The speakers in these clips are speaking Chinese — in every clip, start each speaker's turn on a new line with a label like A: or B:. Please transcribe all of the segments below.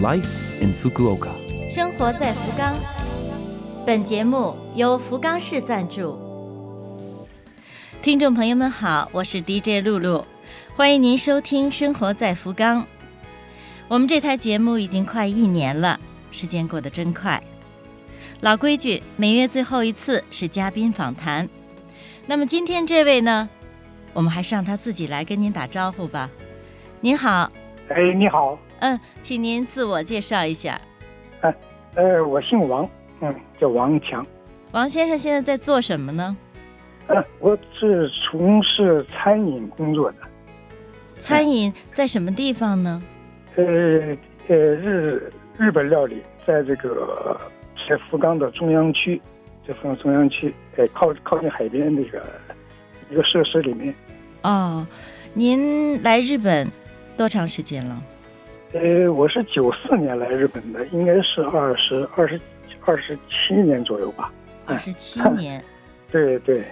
A: Life in Fukuoka。
B: 生活在福冈。本节目由福冈市赞助。听众朋友们好，我是 DJ 露露，欢迎您收听《生活在福冈》。我们这台节目已经快一年了，时间过得真快。老规矩，每月最后一次是嘉宾访谈。那么今天这位呢，我们还是让他自己来跟您打招呼吧。您好，
C: 哎，你好，
B: 嗯，请您自我介绍一下。
C: 呃，我姓王，嗯，叫王强，
B: 王先生现在在做什么呢？
C: 呃，我是从事餐饮工作的，
B: 餐饮在什么地方呢？
C: 呃呃，日日本料理在这个在福冈的中央区，这福冈中央区，呃，靠靠近海边那个一个设施里面，
B: 哦，您来日本多长时间了？
C: 呃，我是九四年来日本的，应该是二十二十二十七年左右吧，
B: 二十七年。
C: 对对。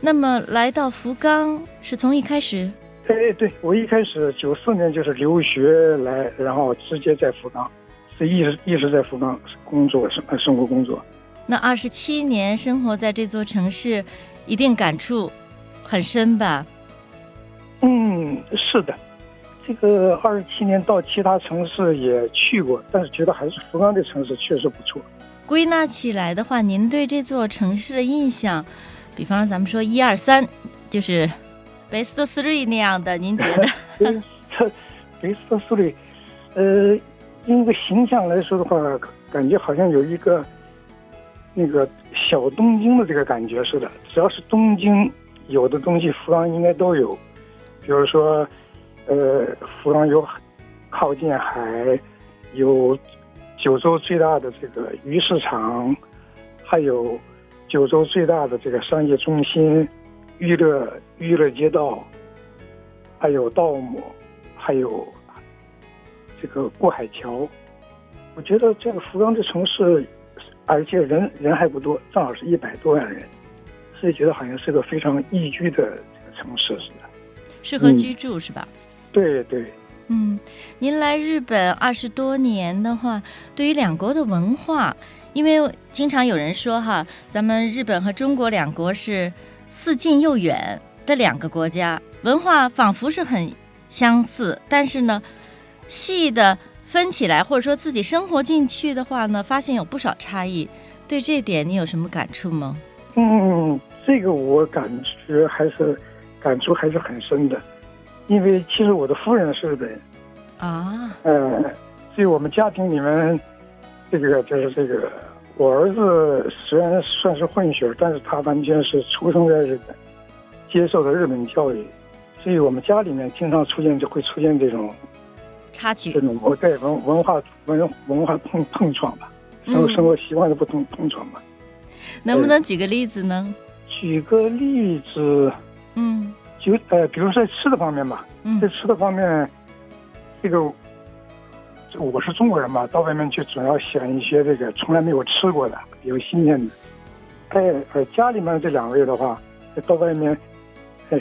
B: 那么来到福冈是从一开始，
C: 哎，对，我一开始九四年就是留学来，然后直接在福冈，是一直一直在福冈工作生呃生活工作。
B: 那二十七年生活在这座城市，一定感触很深吧？
C: 嗯，是的，这个二十七年到其他城市也去过，但是觉得还是福冈这城市确实不错。
B: 归纳起来的话，您对这座城市的印象，比方咱们说一二三，就是 best three 那样的，您觉得？
C: 所以这维斯特苏里，呃，用一个形象来说的话，感觉好像有一个那个小东京的这个感觉似的。只要是东京有的东西，福冈应该都有。比如说，呃，福冈有靠近海，有九州最大的这个鱼市场，还有九州最大的这个商业中心、娱乐娱乐街道，还有道姆，还有这个过海桥。我觉得这个福冈这城市，而且人人还不多，正好是一百多万人，所以觉得好像是个非常宜居的这个城市似的。
B: 适合居住是吧？
C: 对对，
B: 嗯，您来日本二十多年的话，对于两国的文化，因为经常有人说哈，咱们日本和中国两国是似近又远的两个国家，文化仿佛是很相似，但是呢，细的分起来或者说自己生活进去的话呢，发现有不少差异。对这点你有什么感触吗？
C: 嗯，这个我感觉还是感触还是很深的，因为其实我的夫人是日本人，
B: 啊，
C: 呃，所以我们家庭里面，这个就是这个，我儿子虽然算是混血儿，但是他完全是出生在日本，接受的日本教育，所以我们家里面经常出现就会出现这种
B: 插
C: 这
B: 曲，
C: 种我在文文化文文化碰碰撞吧，生活
B: 嗯
C: 生活习惯的不同碰撞吧。
B: 能不能举个例子呢？
C: 举个例子，
B: 嗯
C: 举呃，比如说在吃的方面吧，在
B: 嗯
C: 吃的方面，这个这我是中国人嘛，到外面去总要选一些这个从来没有吃过的，比较新鲜的。哎，呃，家里面这两位的话，到外面，哎，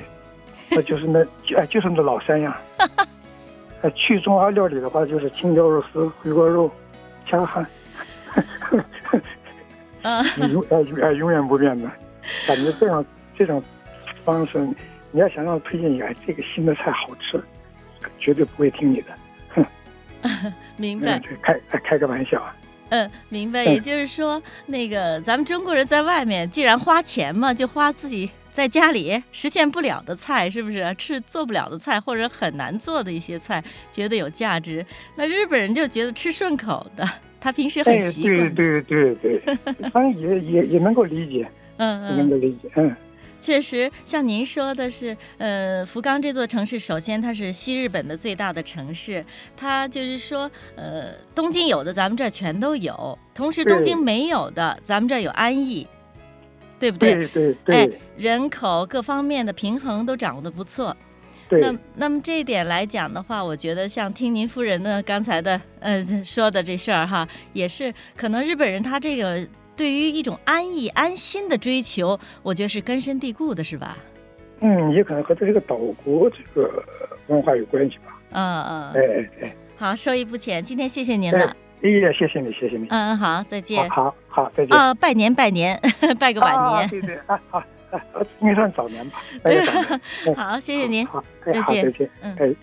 C: 那就是那哎就是那老三样。哎，去中华料理的话，就是青椒肉丝、回锅肉、恰饭，
B: 啊，
C: 永哎永哎永远不变的。感觉这样这种方式，你要想让我推荐一个哎这个新的菜好吃，绝对不会听你的。
B: 明白
C: 嗯。，开哎开个玩笑啊。
B: 嗯，明白。
C: 嗯
B: 也就是说，那个咱们中国人在外面，既然花钱嘛，就花自己在家里实现不了的菜，是不是？吃做不了的菜，或者很难做的一些菜，觉得有价值。那日本人就觉得吃顺口的，他平时
C: 哎
B: 很，习惯。
C: 对对 对对，当然也也也能够理解，也能
B: 嗯
C: 够
B: 嗯，
C: 理解，嗯，
B: 确实，像您说的是，呃，福冈这座城市，首先它是西日本的最大的城市，它就是说，呃，东京有的咱们这儿全都有，同时东
C: 对
B: 京没有的，咱们这儿有安逸，对不
C: 对对
B: 哎
C: 对，
B: 人口各方面的平衡都掌握的不错。那
C: 对，
B: 那么这一点来讲的话，我觉得像听您夫人呢刚才的呃说的这事儿哈，也是可能日本人他这个对于一种安逸安心的追求，我觉得是根深蒂固的，是吧？
C: 嗯，也可能和这个岛国这个文化有关系吧，
B: 嗯嗯。
C: 哎哎哎，
B: 好，受益不浅。今天谢谢您了。
C: 哎呀，谢谢你，谢谢你。
B: 嗯嗯，好，再见。
C: 好好好，再见。
B: 啊，拜年拜年， 拜个晚年。
C: 啊、对对啊，好、 啊，应该算早年吧。对，
B: 好，谢谢您。
C: 好，
B: 再
C: 哎好
B: 见
C: 再见。
B: 嗯
C: 哎。